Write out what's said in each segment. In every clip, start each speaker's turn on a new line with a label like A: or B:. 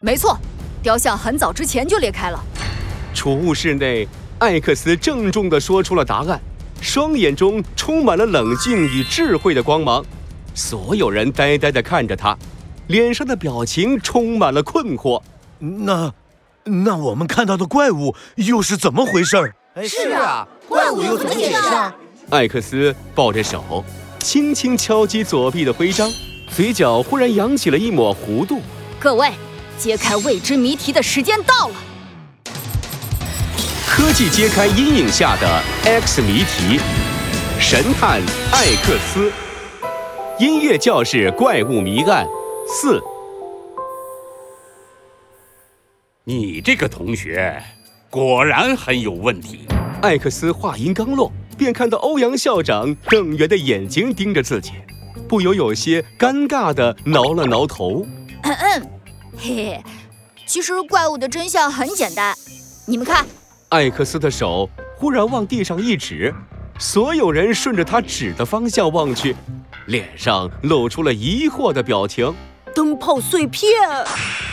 A: 没错，雕像很早之前就裂开了。
B: 储物室内，艾克斯郑重地说出了答案，双眼中充满了冷静与智慧的光芒。所有人呆呆地看着他，脸上的表情充满了困惑。
C: 那，那我们看到的怪物又是怎么回事儿？
D: 是啊，怪物又怎么解释啊？
B: 艾克斯抱着手，轻轻敲击左臂的徽章，嘴角忽然扬起了一抹弧度。
A: 各位，揭开未知谜题的时间到了。
B: 科技揭开阴影下的 X 谜题，神探艾克斯，音乐教室怪物谜案四。
E: 你这个同学果然很有问题。
B: 艾克斯话音刚落，便看到欧阳校长瞪圆的眼睛盯着自己，不由有些尴尬地挠了挠头。
A: 嗯嗯，嘿嘿，其实怪物的真相很简单，你们看，
B: 艾克斯的手忽然往地上一指，所有人顺着他指的方向望去，脸上露出了疑惑的表情。
D: 灯泡碎片，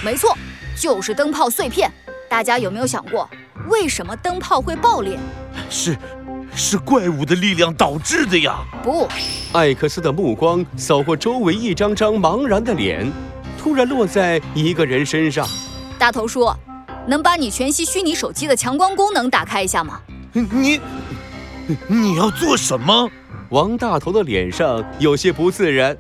A: 没错，就是灯泡碎片。大家有没有想过，为什么灯泡会爆裂？
C: 是，是怪物的力量导致的呀！
A: 不，
B: 艾克斯的目光扫过周围一张张茫然的脸，突然落在一个人身上。
A: 大头叔，能把你全息虚拟手机的强光功能打开一下吗？
C: 你，你要做什么？
B: 王大头的脸上有些不自然，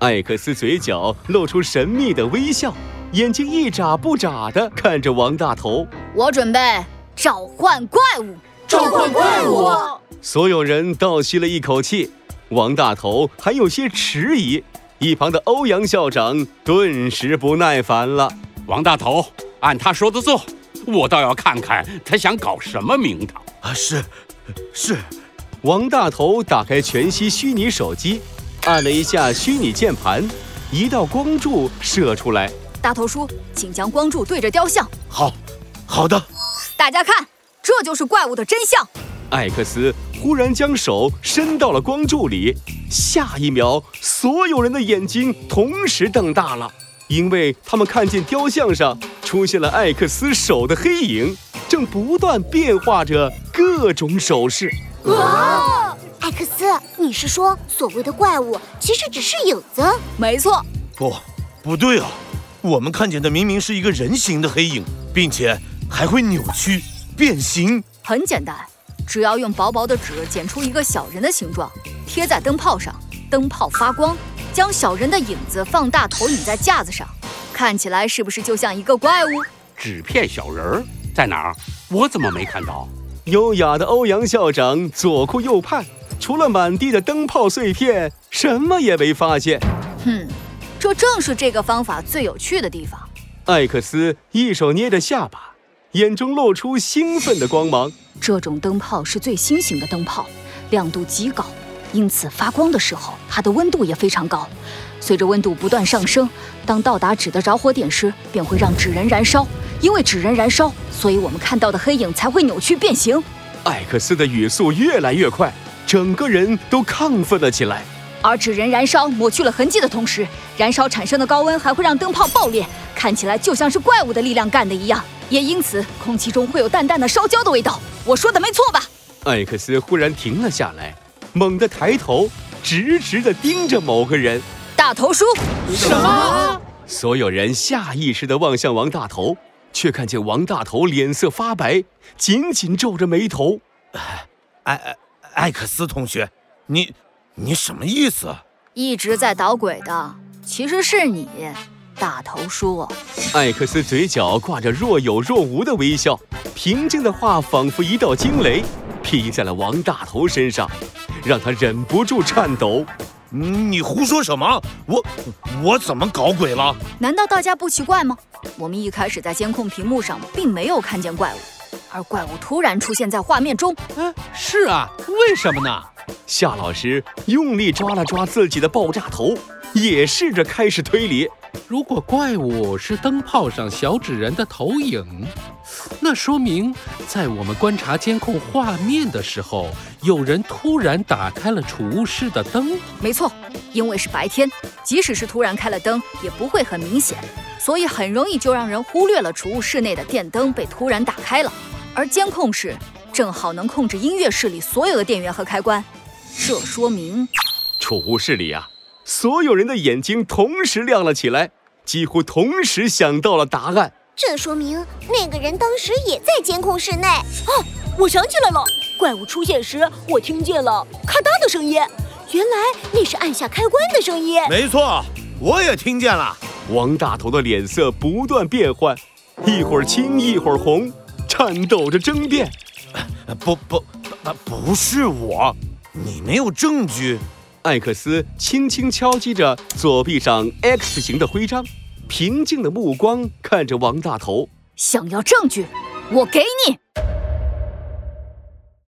B: 艾克斯嘴角露出神秘的微笑，眼睛一眨不眨地看着王大头。
A: 我准备召唤怪物。
D: 召唤怪物！
B: 所有人倒吸了一口气，王大头还有些迟疑，一旁的欧阳校长顿时不耐烦了。
E: 王大头，按他说的做，我倒要看看他想搞什么名堂。
C: 啊，是，是，
B: 王大头打开全息虚拟手机，按了一下虚拟键盘，一道光柱射出来。
A: 大头叔，请将光柱对着雕像。
C: 好，好的。
A: 大家看，这就是怪物的真相。
B: 艾克斯忽然将手伸到了光柱里，下一秒，所有人的眼睛同时瞪大了，因为他们看见雕像上出现了艾克斯手的黑影，正不断变化着各种手势。
F: 哇！艾克斯，你是说所谓的怪物其实只是影子？
A: 没错，
C: 不，不对啊！我们看见的明明是一个人形的黑影，并且还会扭曲变形。
A: 很简单，只要用薄薄的纸剪出一个小人的形状，贴在灯泡上，灯泡发光，将小人的影子放大投影在架子上，看起来是不是就像一个怪物？
E: 纸片小人儿在哪儿？我怎么没看到？
B: 优雅的欧阳校长左顾右盼，除了满地的灯泡碎片，什么也没发现。
A: 哼，这正是这个方法最有趣的地方。
B: 艾克斯一手捏着下巴，眼中露出兴奋的光芒。
A: 这种灯泡是最新型的灯泡，亮度极高，因此发光的时候，它的温度也非常高。随着温度不断上升，当到达纸的着火点时，便会让纸人燃烧。因为纸人燃烧，所以我们看到的黑影才会扭曲变形。
B: 艾克斯的语速越来越快，整个人都亢奋了起来。
A: 而纸人燃烧抹去了痕迹的同时，燃烧产生的高温还会让灯泡爆裂，看起来就像是怪物的力量干的一样。也因此，空气中会有淡淡的烧焦的味道。我说的没错吧？
B: 艾克斯忽然停了下来，猛地抬头，直直地盯着某个人。
A: 大头叔，
D: 什么？
B: 所有人下意识地望向王大头，却看见王大头脸色发白，紧紧皱着眉头。
C: 艾艾哎艾克斯同学，你你什么意思？啊
A: 一直在捣鬼的其实是你，大头叔。
B: 艾克斯嘴角挂着若有若无的微笑，平静的话仿佛一道惊雷，劈在了王大头身上，让他忍不住颤抖。
C: 你胡说什么？我我怎么搞鬼了？
A: 难道大家不奇怪吗？我们一开始在监控屏幕上并没有看见怪物，而怪物突然出现在画面中。
G: 是啊，为什么呢？
B: 夏老师用力抓了抓自己的爆炸头，也试着开始推理。
G: 如果怪物是灯泡上小纸人的投影，那说明在我们观察监控画面的时候，有人突然打开了储物室的灯。
A: 没错，因为是白天，即使是突然开了灯，也不会很明显，所以很容易就让人忽略了储物室内的电灯被突然打开了。而监控室正好能控制音乐室里所有的电源和开关，这说明
B: 储物室里啊，所有人的眼睛同时亮了起来，几乎同时想到了答案。
F: 这说明那个人当时也在监控室内。哦，我想起来了，怪物出现时，我听见了咔嗒的声音，原来那是按下开关的声音。
C: 没错，我也听见了。
B: 王大头的脸色不断变换，一会儿青一会儿红，颤抖着争辩。
C: 呃不不，呃不是我，你没有证据。
B: 艾克斯轻轻敲击着左臂上 X 形的徽章，平静的目光看着王大头。
A: 想要证据，我给你。